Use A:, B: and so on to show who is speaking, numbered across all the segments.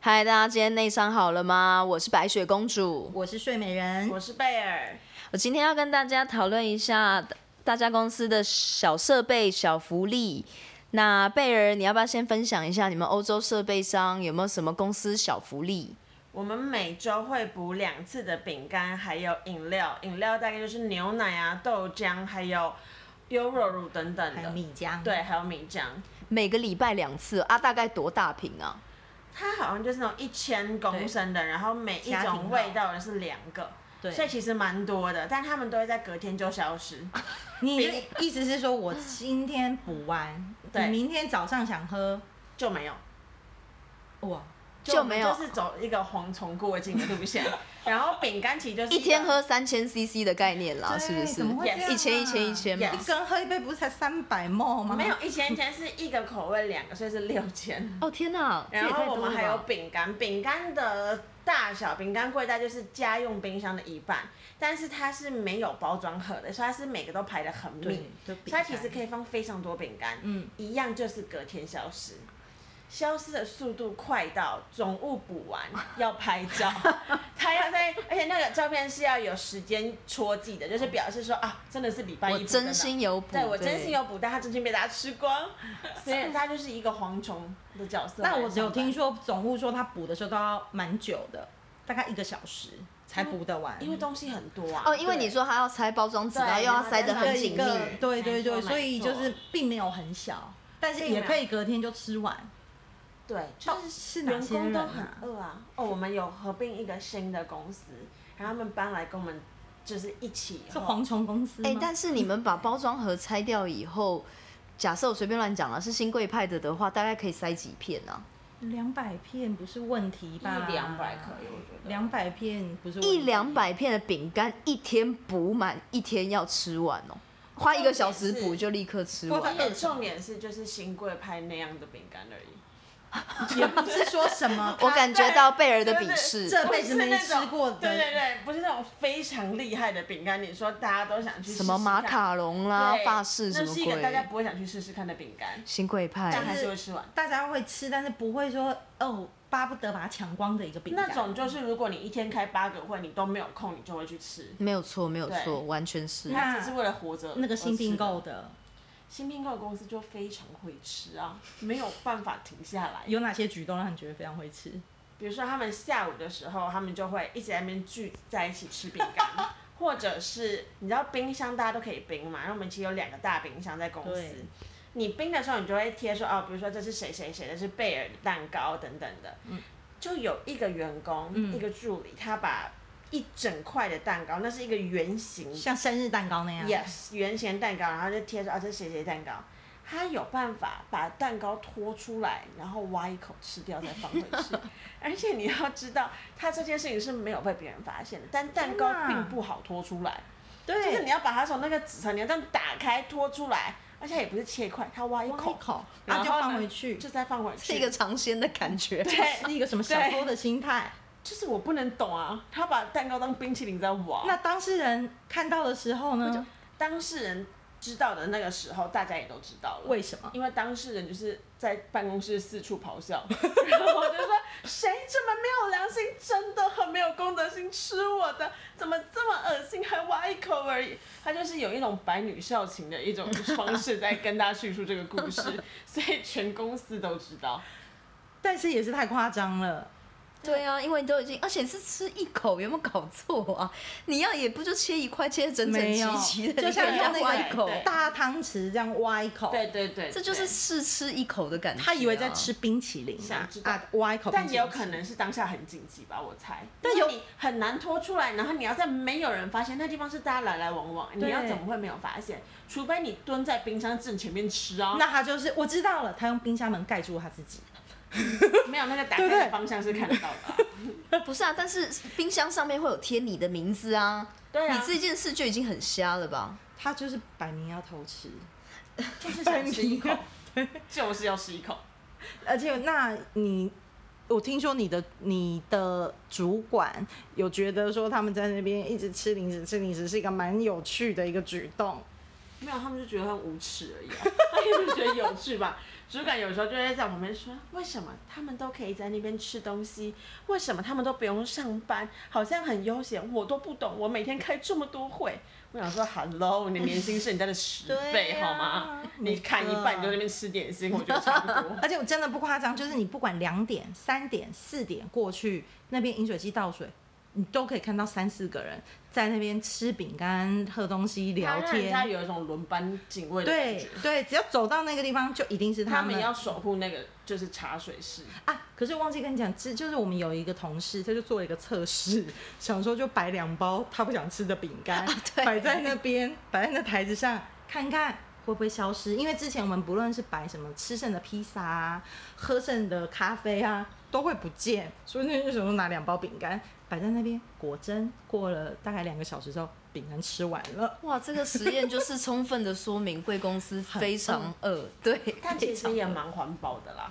A: 嗨，大家今天内伤好了吗？我是白雪公主。
B: 我是睡美人，
C: 我是贝尔，
A: 我今天要跟大家讨论一下大家公司的小设备、小福利。那贝尔，你要不要先分享一下你们欧洲设备商有没有什么公司小福利？
C: 我们每周会补两次的饼干，还有饮料，饮料大概就是牛奶啊、豆浆，还有优酪乳等等
B: 还有
C: 的。
B: 米浆，
C: 对，，还有米浆，
A: 每个礼拜两次啊，大概多大瓶啊？
C: 它好像就是那种一千公升的，然后每一
B: 家庭
C: 种
B: 号
C: 味道的是两个，
B: 对
C: 所以其实蛮多的，但他们都会在隔天就消失。
B: 你意思是说我今天补完，你
C: 对
B: 明天早上想喝，
C: 就没有，
B: 哇，
A: 就没有
C: 我们就是走一个蝗虫过境的 路线。然后饼干其实就是
A: 一
C: 个
A: 天喝三千 CC 的概念啦，
B: 对
A: 是不是
B: 怎么会这样啊
A: 一千一千一千嘛。
B: 一个人喝一杯不是才三百沫吗？
C: 没有，一千一千是一个口味两个，所以是六千。
A: 哦天哪，这也
C: 然
A: 太
C: 后我
A: 多
C: 们还
A: 了
C: 有
A: 吧！
C: 饼干，饼干的大小，饼干柜袋就是家用冰箱的一半，但是它是没有包装盒的，所以它是每个都排得很
B: 对
C: 密，
B: 就
C: 所
B: 饼
C: 以
B: 干
C: 它其实可以放非常多饼干，
B: 嗯，
C: 一样就是隔天消失。消失的速度快到总务补完要拍 照，他要在，而且那个照片是要有时间戳记的，就是表示说啊，真的是礼拜一
A: 我
C: 补的
A: 真
C: 呢
A: 心有补，
C: 对我真心有补，但他真心被大家吃 光，所以他就是一个蝗虫的角色。
B: 那我只有听，说总务说他补的时候都要蛮久的，大概一个小时才补得完，
C: 因为东西很多啊。
A: 哦，因为你
B: 对
A: 说他要拆包装纸，然后
C: 对
A: 又要塞得
C: 然后
A: 很
B: 对
A: 紧
B: 一
A: 密，
B: 个对对
C: 没错
B: 对，
C: 没
B: 所以
C: 错
B: 就是并没有很小，但是
C: 并没
B: 也
C: 有
B: 可以隔天就吃完，
C: 对，就是
B: 是哪
C: 员
B: 些
C: 工
B: 人
C: 都很
B: 啊？
C: 饿啊。哦，我们有合并一个新的公司，然后他们搬来跟我们就是一起。
B: 是蝗虫公司吗？
A: 哎、但是你们把包装盒拆掉以 后，假设我随便乱讲了，是新贵派的的话，大概可以塞几片啊？
B: 两百片不是问题吧？
C: 一两百可以我觉得
B: 两百片不是问题
A: 一两百片的饼干，一天补满，一天要吃完哦，花一个小时
C: 重点
A: 补
C: 是
A: 就立刻吃
B: 不过
A: 完。
B: 它
C: 而且重点是就是新贵派那样的饼干而已，
B: 也不是说什
A: ，
B: 么
A: 我感觉到贝尔的
C: 就是
A: 鄙视，
B: 这辈子
C: 不是
B: 没
C: 那种
B: 吃过的
C: 对对对，不是那种非常厉害的饼干，你说大家都想去试试
A: 什么马
C: 看
A: 卡龙啦、
C: 对
A: 法式什
C: 那
A: 么
C: 是一个大家
A: 鬼，
C: 不会想去试试看的饼干，
A: 新贵
C: 但还
A: 派。
C: 是会吃完。
B: 大家会吃，但是不会说哦，巴不得把它抢光的一个饼干。
C: 那种就是如果你一天开八个会，你都没有空，你就会去吃。
A: 没有错，没有
C: 对
A: 错，完全是。
B: 那
C: 只是为了活着而吃的。
B: 那个新并购的
C: 新并购公司就非常会吃啊，没有办法停下来。
B: 有哪些举动让你觉得非常会吃？
C: 比如说他们下午的时候，他们就会一直在那边聚在一起吃饼干，或者是你知道冰箱大家都可以冰嘛，然后我们其实有两个大冰箱在公司
B: 对。
C: 你冰的时候，你就会贴说哦，比如说这是谁谁谁的，是贝尔蛋糕等等的。就有一个员工，一个助理，他把一整块的蛋糕，那是一个圆形
B: 像生日蛋糕那样
C: Yes，圆形蛋糕，然后就贴说啊，这是谁谁蛋糕。他有办法把蛋糕拖出来，然后挖一口吃掉再放回 去。而且你要知道，他这件事情是没有被别人发现的，但蛋糕
B: 天哪
C: 并不好拖出来，就
B: 对，
C: 是你要把它从那个纸层，你要这样打开拖出来，而且它也不是切块，它挖一
B: 挖一
C: 口，
B: 口，然
C: 然
B: 后
C: 后
B: 啊就放
C: 呢
B: 回去，
C: 就再放回
A: 是
C: 去。
A: 一个尝鲜的感觉，
C: 对，
B: 是一个什么小偷的心态？
C: 就是我不能懂啊，他把蛋糕当冰淇淋在挖。
B: 那当事人看到的时候呢？
C: 当事人知道的那个时候，大家也都知道了。
B: 为什么？
C: 因为当事人就是在办公室四处咆 哮，然后我就说谁这么没有良心，真的很没有公德心，吃我的，怎么这么恶心，还挖一口而已。他就是有一种百女孝情的一种方式在跟大家叙述这个故 事，所以全公司都知道。
B: 但是也是太夸张了，
A: 对啊，因为都已经，而且是吃一口，有没有搞错啊？ 你要也不就切一块，切得整整
B: 没
A: 齐
B: 有
A: 齐的，
B: 就
A: 你
B: 像
A: 给人
B: 用
A: 家挖
B: 那
A: 一
C: 个
A: 口，
C: 对
B: 大汤匙这样挖一口，
C: 对对对，
A: 这就是试吃一口的感觉、啊
B: 他以为在吃，冰淇淋
C: 想
B: 啊
C: 知，道
B: 啊，挖一口，
C: 但也有可。能是当下很紧急吧，我猜。
B: 但
C: 因为
B: 有
C: 你很难拖出来，然后你要在没有人发现那地方是大家来来往往，你要怎么会没有发现？除非你蹲在冰箱正前面吃啊，
B: 那他就是我知道了，他用冰箱门盖住他自己。
C: 没有那个打
B: 对不
C: 开
B: 对
C: 的方向是看得到的啊、
A: 不是啊？但是冰箱上面会有贴你的名字啊，
C: 对
A: 你
C: 啊，
A: 这件事就已经很瞎了吧？
B: 他就是摆明要偷吃，
C: 就是想吃一口，就是要吃一口。
B: 而且那你，我听说你的你的主管有觉得说他们在那边一直吃零食吃零食是一个蛮有趣的一个举动，
C: 没有，他们就觉得很无耻而已、啊，他们就觉得有趣吧。主管有时候就会在旁边说，为什么他们都可以在那边吃东西，为什么他们都不用上班，好像很悠闲，我都不懂，我每天开这么多会。我想说，Hello，你的年薪是人家的十倍，
B: 对啊
C: 好吗？你砍一
B: 没
C: 半
B: 错
C: 你就在那边吃点心，我觉得差不多。
B: 而且我真的不夸张，就是你不管两点、三点、四点过去那边饮水机倒水，你都可以看到三四个人在那边吃饼干、喝东西、聊
C: 他让人家
B: 天。
C: 有一种轮班警卫的感
B: 对
C: 觉。
B: 对，只要走到那个地方，就一定是
C: 他
B: 们
C: 们要守护那个就是茶水室，
B: 啊。可是忘记跟你讲，这就是我们有一个同事，他就做了一个测试，想说就摆两包他不想吃的饼干，
C: 啊
A: 对
B: 摆在那边，摆在那台子上，看看会不会消失。因为之前我们不论是摆什么吃剩的披萨啊、喝剩的咖啡啊，都会不见，所以那为什么拿两包饼干摆在那边？果真过了大概两个小时之后，饼干吃完了。
A: 哇，这个实验就是充分的说明贵公司非常恶，对，
C: 但其实也蛮环保的啦，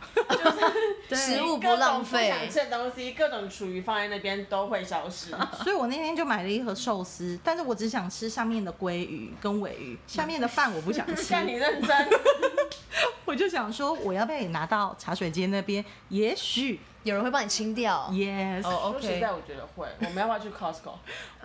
B: 对
A: 食物不
C: 各
A: 浪
C: 种不
A: 费
C: 想吃的东西，各种厨余放在那边都会消失。
B: 所以我那天就买了一盒寿司，但是我只想吃上面的鲑鱼跟尾鱼，下面的饭我不想吃。
C: 像你认真，
B: 我就想说，我要不要也拿到茶水间那边？也许
A: 有人会帮你清掉。
B: ，yes，、
A: 哦
C: 说实在
A: OK，
C: 我觉得会，我们要不要去 Costco？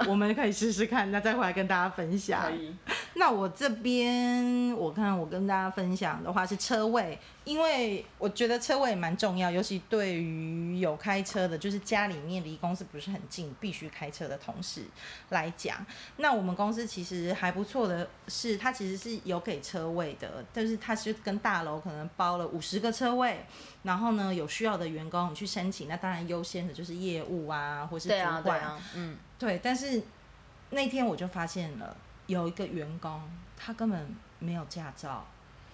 B: 我们可以试试看，那再回来跟大家分享
C: 可。以，
B: 那我这边，我看我跟大家分享的话是车位，因为我觉得车位也蛮重要，尤其对于有开车的，就是家里面离公司不是很近，必须开车的同事来讲，那我们公司其实还不错的是，它其实是有给车位的，但是它是跟大楼可能包了五十个车位，然后呢有需要的员工你去申请，那当然优先的就是业务啊，或是主
A: 对
B: 管
A: 啊，对啊，嗯，
B: 对，但是那天我就发现了，有一个员工他根本没有驾照，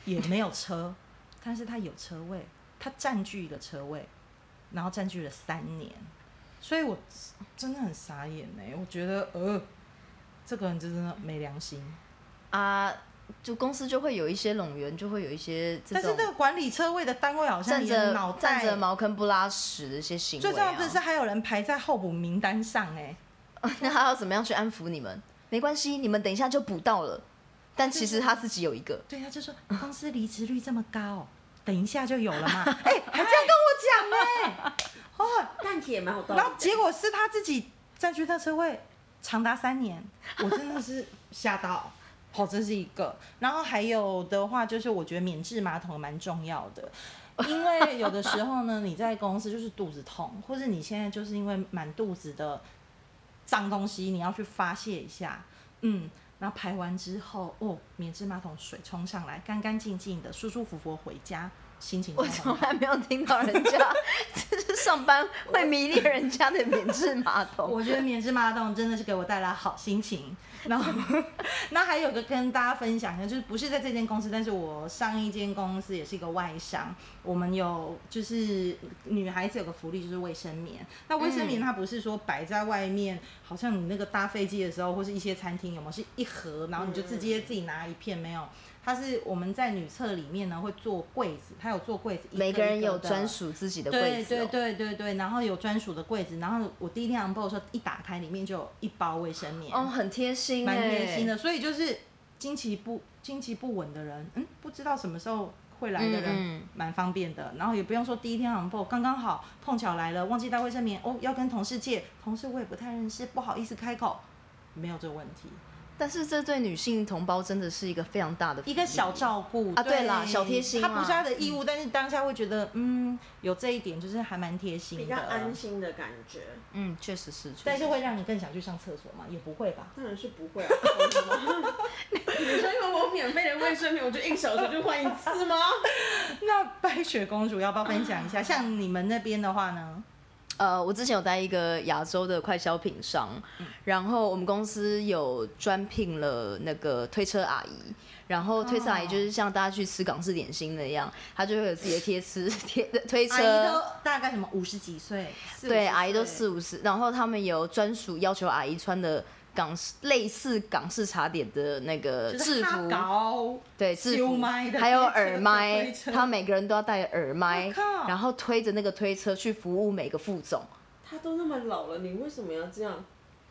B: 也没有车，但是他有车位，他占据一个车位，然后占据了三年，所以我真的很傻眼呢、我觉得，呃，这个人真的没良心。
A: 啊，就公司就会有一些冗员，就会有一些这
B: 但是
A: 种
B: 那个管理车位的单位好像
A: 站
B: 连
A: 着
B: 脑
A: 站
B: 袋
A: 着茅坑不拉屎的一些行为、
B: 最
A: 啊。
B: 重要的是，还有人排在候补名单上哎、
A: 那他要怎么样去安抚你们？没关系，你们等一下就补到了。但其实他自己有一个，
B: 对，他就说公司离职率这么高，等一下就有了嘛。哎、还这样跟我讲哎、哦，
C: 但其实也蛮有道
B: 然后结果是他自己占据那车位长达三 年，我真的是吓到。好，这是一个。然后还有的话，就是我觉得免治马桶蛮重要的。因为有的时候呢，你在公司就是肚子痛，或者你现在就是因为满肚子的脏东西，你要去发泄一下，嗯，然后排完之后，哦，免治马桶水冲上来，干干净净的，舒舒服服回家，心情都
A: 我
B: 很好
A: 从来没有听到人家 就是上班会迷恋人家的免治马桶。
B: 我觉得免治马桶真的是给我带来好心情。然后，那还有个跟大家分享一下，就是不是在这间公司，但是我上一间公司也是一个外商，我们有就是女孩子有个福利就是卫生棉。那卫
A: 嗯
B: 生棉它不是说摆在外面，好像你那个搭飞机的时候或是一些餐厅有没有是一盒，然后你就直
A: 嗯
B: 接自己拿一片没有。它是我们在女厕里面呢会做柜子，它有做柜子，一
A: 每个人
B: 一的
A: 有专属自己的柜子、哦，
B: 对对对对对，然后有专属的柜子，然后我第一天上报的时候一打开，里面就有一包卫生棉，
A: 哦，很贴心、欸，
B: 蛮贴心的。所以就是经期不经期不稳的人，嗯，不知道什么时候会来的人，
A: 嗯嗯
B: 蛮方便的。然后也不用说第一天上报刚刚好碰巧来了，忘记带卫生棉，哦，要跟同事借，同事我也不太认识，不好意思开口，没有这个问题，
A: 但是这对女性同胞真的是一个非常大的
B: 一个小照顾
A: 啊对啦小贴心
B: 他
A: 啦嗯
B: 不是他的义务，但是当下会觉得，嗯，有这一点就是还蛮贴心的，
C: 比较安心的感觉。
A: 嗯，确实是，确
B: 但
A: 实
B: 是会让你更想去上厕所吗？也不会吧。
C: 当然是不会啊，疯了吗你说因为我免费的卫生棉，我就一小时就换一次吗？
B: 那白雪公主要不要分享一
A: 啊
B: 下？像你们那边的话呢？
A: 呃，我之前有在一个亚洲的快消品商，
B: 嗯
A: 然后我们公司有专聘了那个推车阿姨，然
B: 哦
A: 后推车阿姨就是像大家去吃港式点心那样，她就会有自己的贴吃贴推
B: 阿姨都
A: 车。
B: 大概什么五十几岁，四
A: 对，
B: 50
A: 阿姨都
B: 岁
A: 四五十，然后他们有专属要求阿姨穿的港式类似港式茶点的那个
B: 就是
A: 制
B: 哈
A: 服，
B: 高
A: 对制
B: 修
A: 服
B: 麦的，
A: 还有
B: 推车
A: 耳麦
B: 推，车
A: 他每个人都要戴耳麦
B: 我靠，
A: 然后推着那个推车去服务每个副总。
C: 他都那么老了，你为什么要这样？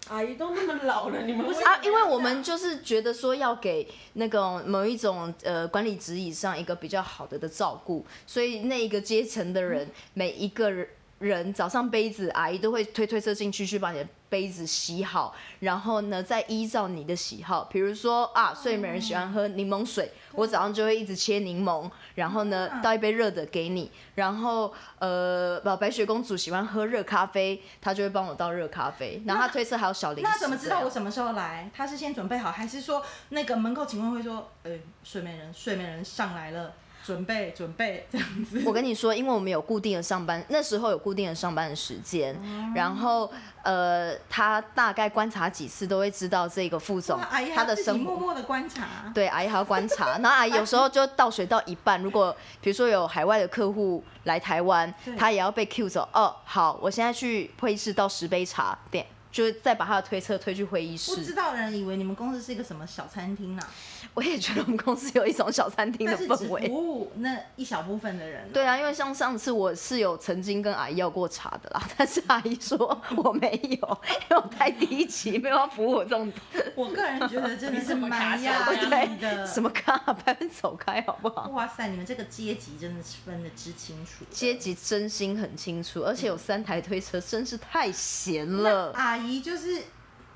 C: 阿姨都那么老了，你们不
A: 啊，因为我们就是觉得说要给那种某一种呃管理职以上一个比较好的的照顾，所以那一个阶层的人，每一个人人早上杯子，阿姨都会推推车进去去把你的杯子洗好，然后呢再依照你的喜好，比如说啊，睡美人喜欢喝柠檬水，我早上就会一直切柠檬，然后呢
B: 嗯
A: 倒一杯热的给你，然后呃，把白雪公主喜欢喝热咖啡，她就会帮我倒热咖啡，然后她推车还有小零食这样。
B: 那怎么知道我什么时候来？他是先准备好，还是说那个门口警卫会说，呃，睡美人，睡美人上来了，准备准备这样子？
A: 我跟你说，因为我们有固定的上班，那时候有固定的上班的时间，
B: 哦
A: 然后呃，他大概观察几次都会知道这个副总
B: 那阿姨
A: 他
B: 还
A: 的
B: 自己
A: 生
B: 默
A: 活。
B: 默的观察，
A: 对，阿姨还要观察，然后阿姨有时候就倒水到一半，如果比如说有海外的客户来台湾，他也要被 Q 走。哦，好，我现在去会议室倒十杯茶，点就是再把他的推车推去会议
B: 不知
A: 室。
B: 道的人以为你们公司是一个什么小餐厅啊，
A: 我也觉得我们公司有一种小餐厅的
B: 但是只
A: 氛围。
B: 服务那一小部分的人、
A: 对，啊，因为像上次我是有曾经跟阿姨要过茶的啦， 但是阿姨说我没有，因为我太低级，没有要服务我这种
B: 我个人觉得真的
C: 你
B: 是
C: 怎么卡
B: 蛮
C: 下
B: 压
C: 来
B: 抑的。
A: 对什么咖， 百分走开好不好？
B: 哇塞，你们这个阶级真的是分的之清楚。
A: 阶级真心很清楚，而且有三台推车，真是太闲
B: 那
A: 了。
B: 阿姨就是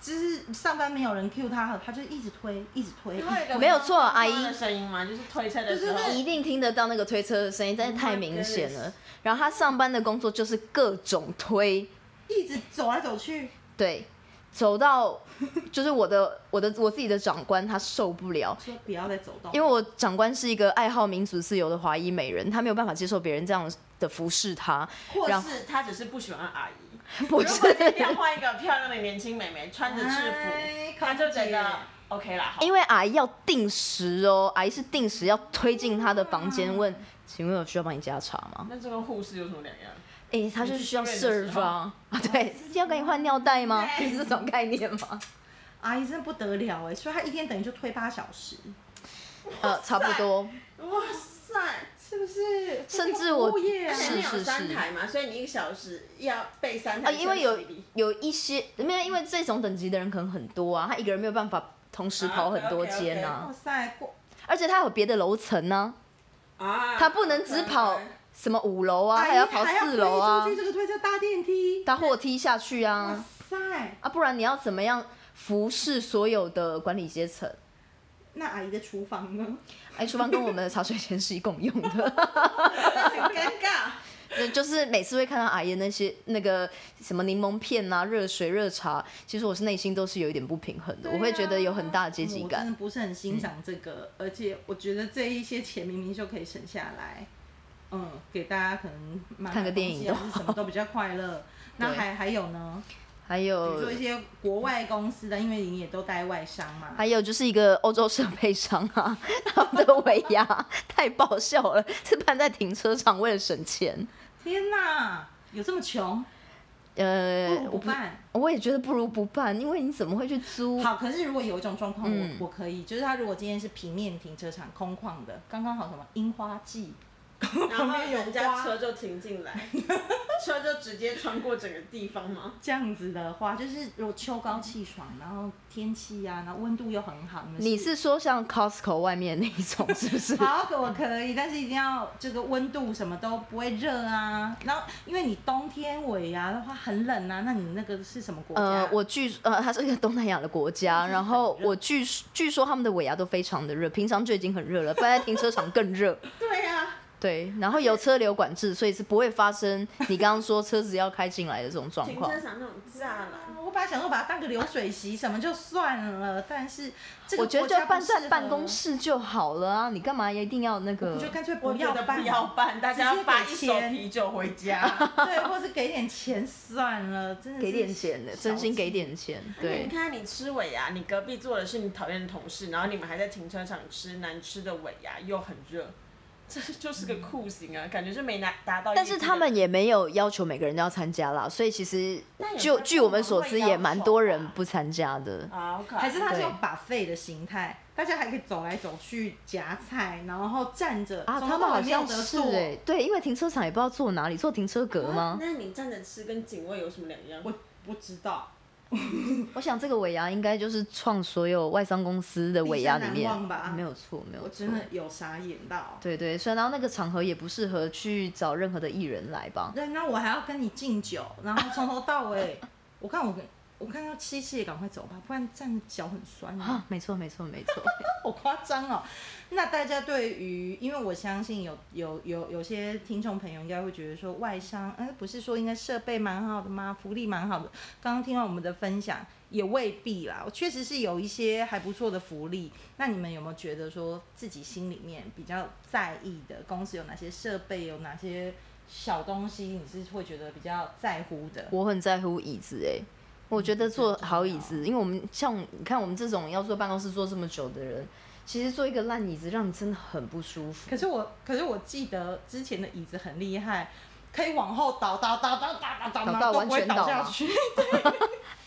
B: 就是上班没有人 Q 她，她就一直推，一直推。一直推
A: 没有错阿姨
C: 的声音嘛，就是推车的时候，
A: 一定听得到那个推车的声音，但是太明显了。然后他上班的工作就是各种推，
B: 一直走来走去，
A: 对，走到就是我的我的我自己的长官他受不了，
B: 说不要再走动。
A: 因为我长官是一个爱好民族自由的华裔美人，她没有办法接受别人这样的服侍 她，
C: 或
A: 然后
C: 是他只是不喜欢阿姨。
A: 不
C: 如
A: 是
C: 果今天换一个漂亮的年轻妹妹， 穿着制
B: 哎
C: 服，他就觉
B: 空姐
C: 得 OK 啦。好
A: 因为阿姨要定时哦，阿姨是定时要推进她的房间问，请问有需要帮你加茶吗？
C: 啊那这跟护士有什么两样？
A: 哎、她就是需要
C: 你去睡的
A: serve 啊，啊对，要给你换尿袋吗？是这种概念 吗？
B: 阿姨真的不得了哎，所以她一天等于就推八小时。
A: 呃，差不多，
C: 哇塞！
B: 是不是？
A: 甚至我
B: 服务业啊
C: 而且你
A: 是
C: 有
A: 是
C: 三
A: 是
C: 台嘛，所以你一个小时要备三台
A: 啊，
C: 车
A: 因为有
C: 水里
A: 有一些没有，因为这种等级的人可能很多啊，他一个人没有办法同时跑很多间
C: 啊
B: 哇
A: 啊，
B: 塞，过
A: 而且他有别的楼层呢、
C: 啊，
A: 他不能只跑什么五楼啊，还要跑四楼啊
B: 阿哎姨还要推出，去这个推车搭电梯。
A: 搭货梯下去
B: 哇
A: 啊，
B: 塞，
A: 啊，不然你要怎么样服侍所有的管理阶层？
B: 那阿姨的厨房呢？
A: 哎，厨房跟我们的茶水间是一共用的，
C: 很尴尬。
A: 就就是每次会看到阿姨那些那个什么柠檬片啊、热水、热茶，其实我是内心都是有一点不平衡的，我会觉得有很大的阶级
B: 嗯我真
A: 感。
B: 的不是很
A: 嗯
B: 欣赏这个，而且我觉得这一些钱明明就可以省下来，嗯，给大家可能买
A: 看个电影
B: 买东西啊
A: 都
B: 或是什么都比较 快乐。那还还有呢，
A: 还
B: 比
A: 有
B: 如说一些国外公司的，因为你也都带外商嘛，
A: 还有就是一个欧洲设备商啊， 他们的尾牙太爆笑了，是办在停车场为了省钱。
B: 天哪，有这么穷？不
A: 呃，
B: 如
A: 我
B: 不
A: 不
B: 办。
A: 我也觉得不如不办，因为你怎么会去租？
B: 好，可是如果有一种状况，我、
A: 嗯
B: 我可以，就是他如果今天是平面停车场空旷的，刚刚好什么樱花季，
C: 然
B: 旁
C: 后
B: 边有
C: 人家
B: 花
C: 车就停进 来，车就直接穿过整个地方吗？
B: 这样子的话，就是如果秋高气爽，然后天气啊，然后温度又很好，你们
A: 你是说像 Costco 外面那一种是不 是？
B: 好，可我可以，但是一定要这个温度什么都不会热啊。然后，因为你冬天尾啊的话很冷啊，那你那个是什么国家？
A: 呃，我据呃，它是一个东南亚的国 家，然后
B: 热
A: 我据据说他们的尾牙都非常的热，平常就已经很热了，办在停车场更 热。
C: 对呀，
A: 对，然后有车流管制，所以是不会发生你刚刚说车子要开进来的这种状
C: 停
A: 况
C: 车。场那种栅栏。
B: 我本来想说把它当个流水席什么就算了，但是这个
A: 我觉得
B: 国
A: 就
B: 家不
A: 办
B: 适
A: 在
B: 合
A: 办公，室就好了啊，你干嘛一定要那
B: 我
A: 个？
B: 就干脆
C: 我
B: 不
C: 觉
B: 要
C: 得
B: 办，啊
C: 不要办，大
B: 直
C: 家
B: 接给
C: 发一手
B: 钱
C: 啤酒回家。
B: 对，或是给点钱算了，真的是
A: 给点钱的，
B: 小
A: 真心
B: 气
A: 给。点钱。
C: 你
A: 对，
C: 看你吃尾牙，你隔壁坐的是你讨厌的同事，然后你们还在停车场吃难吃的尾牙，又很热，这就是个酷刑啊，感觉就没拿达到业绩的。
A: 但是他们也没有要求每个人都要参加啦，所以其实
C: 但有
A: 就
C: 些
A: 据
C: 父
A: 我们
C: 母
A: 所
C: 会
A: 知，
C: 要
A: 也蛮
C: 求
A: 多
C: 吧
A: 人不参加的。
C: 啊，OK，
B: 还是它是
A: 对
B: 用把费的形态，大家还可以走来走去夹菜，然后站着
A: 啊，
B: 从
A: 他们
B: 头到
A: 好
B: 尾没有
A: 像
B: 得
A: 是
B: 坐
A: 哎、对，因为停车场也
C: 啊嗯
A: 不知道坐哪里，坐停车格吗？
C: 那你站着吃跟警卫有什么两样？
B: 我不知道，
A: 我想这个尾牙应该就是创所有外商公司的尾牙里
B: 毕
A: 面
B: 生难忘吧，
A: 没有错，没有
B: 我
A: 错
B: 真。的有傻眼到。
A: 对对，虽然后那个场合也不适合去找任何的艺人来吧。
B: 对，那我还要跟你敬酒，然后从头到尾，我看我跟我看要七夕，赶快走吧，不然站脚很酸啊。
A: 啊，没错没错没错，
B: 好夸张哦！那大家对于，因为我相信有有有有些听众朋友应该会觉得说，外商，嗯、不是说应该设备蛮好的吗？福利蛮好的。刚刚听完我们的分享，也未必啦。我确实是有一些还不错的福利。那你们有没有觉得说自己心里面比较在意的公司有哪些设备，有哪些小东西，你是会觉得比较在乎的？
A: 我很在乎椅子哎、我觉得坐好椅子，因为我们像你看我们这种要坐办公室坐这么久的人，其实坐一个烂椅子让你真的很不舒服。
B: 可是我，可是我记得之前的椅子很厉害，可以往后倒倒倒倒倒倒
A: 倒
B: 倒，
A: 到
B: 都不会
A: 完全倒
B: 倒下
A: 吗
B: 去。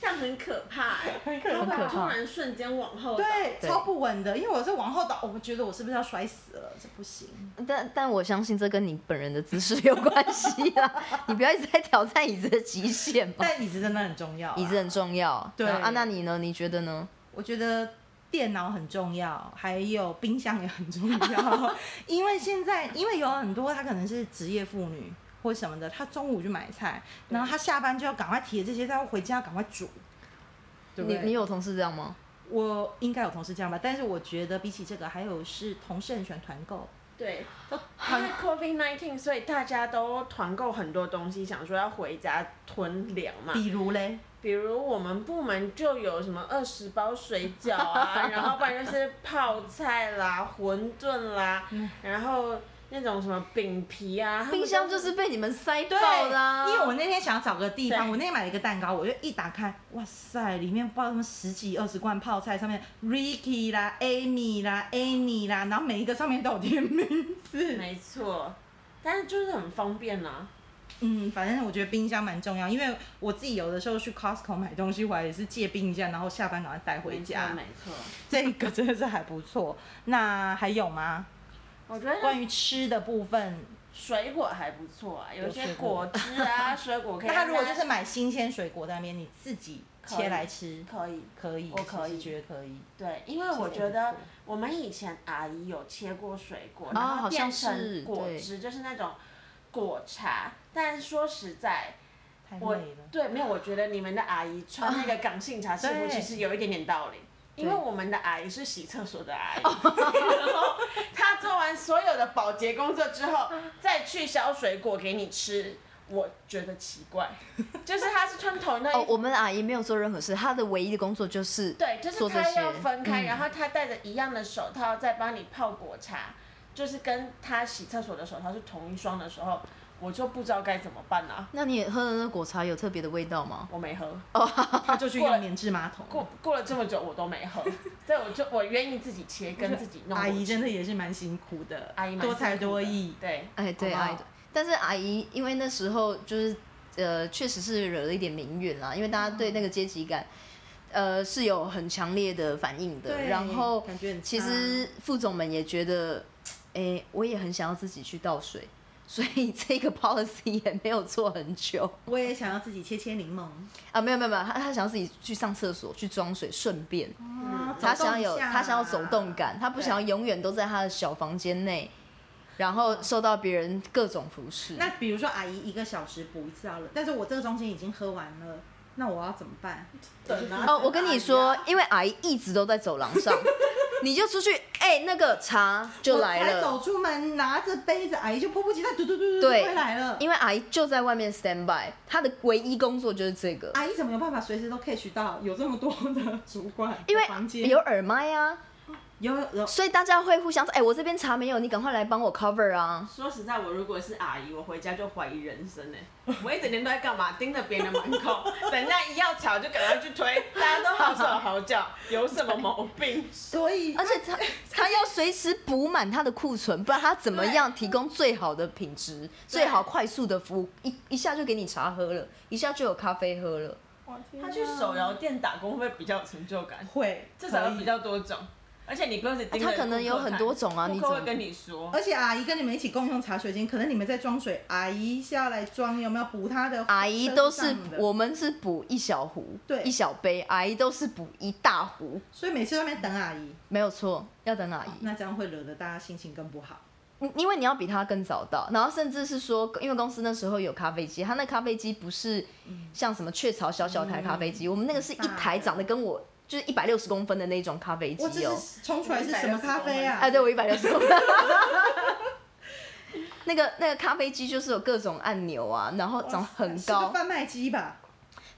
C: 这样 很可怕、欸，
B: 很可怕
C: 它会
A: 很可怕
C: 突然瞬间往后倒。
B: 对，
A: 对
B: 超不稳的，因为我是往后倒，我觉得我是不是要摔死了？这不行。
A: 但但我相信这跟你本人的姿势有关系啦， 你不要一直在挑战椅子的极限嘛。
B: 但椅子真的很重要啊、
A: 椅子很重要。
B: 对
A: 然后啊，那你呢？你觉得呢？
B: 我觉得电脑很重要，还有冰箱也很 重要，因为现在因为有很多她可能是职业妇女或什么的，她中午去买菜，然后她下班就要赶快提这些，她要回家赶快煮。对不
A: 你
B: 对
A: 你有同事这样吗？
B: 我应该有同事这样吧，但是我觉得比起这个，还有是同事很喜欢团购，
C: 对，
B: 都
C: 因为 COVID nineteen，所以大家都团购很多东西，想说要回家囤粮嘛。
B: 比如嘞，
C: 比如我们部门就有什么二十包水饺 啊，然后不然就是泡菜啦、馄饨啦，然后那种什么饼皮啊，他们
A: 冰箱
C: 都
A: 就是被你们塞
B: 对，
A: 爆的、啊。
B: 因为我那天想要找个地方，
C: 对
B: 我那天买了一个蛋糕，我就一打开，哇塞，里面不知道什么十几二十罐泡菜，上面 Ricky 啦、Amy 啦、Annie 啦，然后每一个上面都有贴 名字。
C: 没错，但是就是很方便啊啦、
B: 嗯，反正我觉得冰箱蛮重要，因为我自己有的时候去 Costco 买东西回来也是借冰箱，然后下班赶快带回家
C: 没。错。没错
B: 这个真的是还不错。那还有吗？
C: 我觉得
B: 关于吃的部分，
C: 水果还不错啊，有一
B: 有
C: 些
B: 水果
C: 果汁啊、水 果可以
B: 那
C: 让
B: 他
C: 大家。
B: 如果就是买新鲜水果在那边，你自己
C: 可
B: 切
C: 以
B: 来吃，
C: 可以，
B: 可以，
C: 我可以
B: 其实觉得可以。
C: 对，因为
B: 其实
C: 我
B: 也
C: 觉
B: 不
C: 得
B: 错
C: 我们以前阿姨有切过水果，
A: 啊
C: 然后
A: 好像
C: 变
A: 是
C: 成果
A: 对
C: 汁，哦就是那种果茶。但说实在，
B: 太
C: 我
B: 累了。
C: 对没有，我觉得你们的阿姨穿那个港杏茶制服
B: 对
C: 其实有一点点道理。因为
A: 对
C: 我们的阿姨是洗厕所的阿姨，然后 她做完所有的保洁工作之后，再去削水果给你吃，我觉得奇怪，就是她是穿同一套衣
A: 哦，
C: 服
A: 我们阿姨没有做任何事，她的唯一的工作就是
C: 对，就
A: 做
C: 是
A: 这
C: 他
A: 些
C: 要分开，
A: 嗯
C: 然后他戴着一样的手套在帮你泡果茶，就是跟他洗厕所的手套是同一双的时候，我就不知道该怎么办啦、
A: 那你也喝的那果茶有特别的味道吗？
C: 我没喝，
B: 他就去
C: 过了
B: 用免治马桶。
C: 过过了这么久我都没喝， 所以我就我愿意自己切跟自己弄。
B: 阿姨真的也是蛮辛苦的，
C: 阿姨蛮辛
B: 多
C: 苦的
B: 才多艺。
C: 对，
A: 哎，对，
B: 好不
A: 阿
B: 好
A: 姨，但是阿姨因为那时候就是呃，确实是惹了一点民怨啦，因为大家对那个阶级感。呃，是有很强烈的反应的。
B: 对
A: 然后，
B: 感觉很差
A: 其实副总们也觉得，哎、我也很想要自己去倒水， 所以这个 policy 也没有做很久
B: 我也想要自己切切柠檬，
A: 啊，没有没有没有，他他想要自己去上厕所去装水，顺便，
C: 嗯
A: 他想要有
B: 哦走动一下
A: 他想要走动感，他不想要永远都在他的小房间内，然后受到别人各种服侍。
B: 那比如说阿姨一个小时补一次好了，但是我这个中间已经喝完了，那我要怎么办？
C: 等啊
A: 哦，我跟你说
C: 阿姨啊，
A: 因为阿姨一直都在走廊上，你就出去，哎、那个茶就
B: 我
A: 来
B: 才走
A: 了。
B: 出门拿着杯子，阿姨就迫不及待，嘟嘟嘟嘟嘟
A: 对
B: 回来了。
A: 因为阿姨就在外面 stand by，她的唯一工作就是这个，
B: 阿姨怎么有办法随时都 catch 到有这么多的主管？
A: 因
B: 房
A: 为
B: 间
A: 有耳麦啊，
B: 有有
A: 所以大家会互相说，哎、我这边茶没有，你赶快来帮我 cover 啊。
C: 说实在，我如果是阿姨，我回家就怀疑人生呢、 我一整天都在干嘛？盯着别人的门 口，等人家一要吵就赶快去推，大家都好手好脚，有什么毛 病？
B: 所以
A: 而且她她要随时补满她的库存，不然她怎么样提供最好的品质、最好快速的服务？一一下就给你茶喝了，一下就有咖啡喝了。
C: 他去手摇店打工会不会比较有成就感？
B: 会
C: 至少
B: 可
C: 有
B: 以
C: 比较多种。啊而且你不用去盯着
A: 啊他可能有很多种啊你
C: 顾客
A: 怎么啊
C: 看顾客会跟你说，
B: 而且阿姨跟你们一起共用茶水间，可能你们在装水，阿姨下来装，有没有补她的？
A: 阿姨都是
B: 身上的
A: 我们是补一小壶，
B: 对
A: 一小杯，阿姨都是补一大壶，
B: 所以每次在那边等阿姨，
A: 没有错，要等阿姨。
B: 那这样会惹得大家心情更不好。
A: 嗯因为你要比他更早到，然后甚至是说，因为公司那时候有咖啡机，他那咖啡机不是
B: 嗯
A: 像什么雀巢小小台咖啡机，我们那个是一台长得跟我就是一百六十公分的那种咖啡
B: 我这
A: 机哦，
B: 是冲出来是什么咖啡啊？
A: 哎，对我一百六十公分。 那个那个咖啡机就是有各种按钮啊，然后长很
B: 哦是个
A: 高，
B: 贩卖机吧？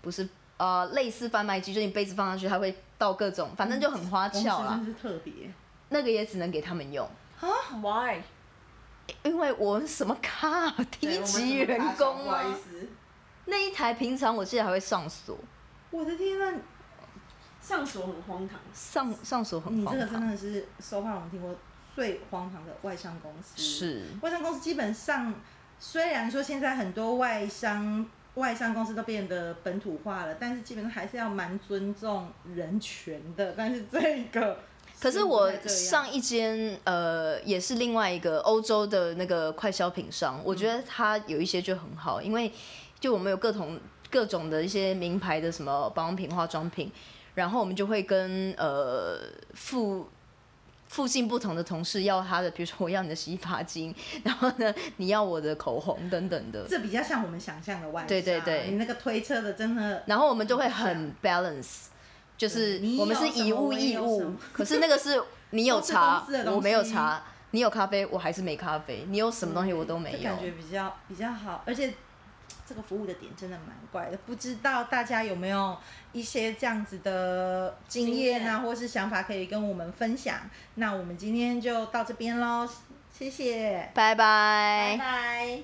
A: 不是呃类似贩卖机，就是你杯子放上去，它会倒各种，反正就很花
B: 公司
A: 俏啊啦
B: 真。是特别。
A: 那个也只能给他们用，
C: why
A: 因为我什么咖啊低级员工
C: 不好
A: 啊
C: 意，思，
A: 那一台平常我记得还会上锁，
B: 我的天啊呐、
C: 上锁很荒唐。
A: 上上锁很
B: 你
A: 荒
B: 这个真
A: 唐，
B: 的是收话我们听过最荒唐的外商公司。
A: 是
B: 外商公司基本上，虽然说现在很多外商外商公司都变得本土化了，但是基本上还是要蛮尊重人权的。但是这个，
A: 可是我上
B: 一
A: 一间呃，也是另外一个欧洲的那个快消品商，我觉得它有一些就很好，因为就我们有各种各种的一些名牌的什么保养品、化妆品，然后我们就会跟呃附附近不同的同事要他的，比如说我要你的洗发精，然后呢你要我的口红等等的，
B: 这比较像我们想象的外商，
A: 对对对
B: 你那个推车的真的
A: 然后我们就会很 balance，就是
B: 啊对你
A: 我们是
B: 有什么
A: 以物
B: 我也
A: 易
B: 有什
A: 物
B: 么，
A: 可是那个是你有
B: 都是
A: 茶
B: 公司的，东
A: 我没有
B: 西
A: 茶；你有咖啡，我还是没咖啡；你有什么东西我都没
B: 这
A: 有
B: 感。觉比较比较好，而且这个服务的点真的蛮怪的，不知道大家有没有一些这样子的经验啊，
C: 经验
B: 或是想法可以跟我们分享。那我们今天就到这边喽，谢谢，
A: 拜拜
B: 拜。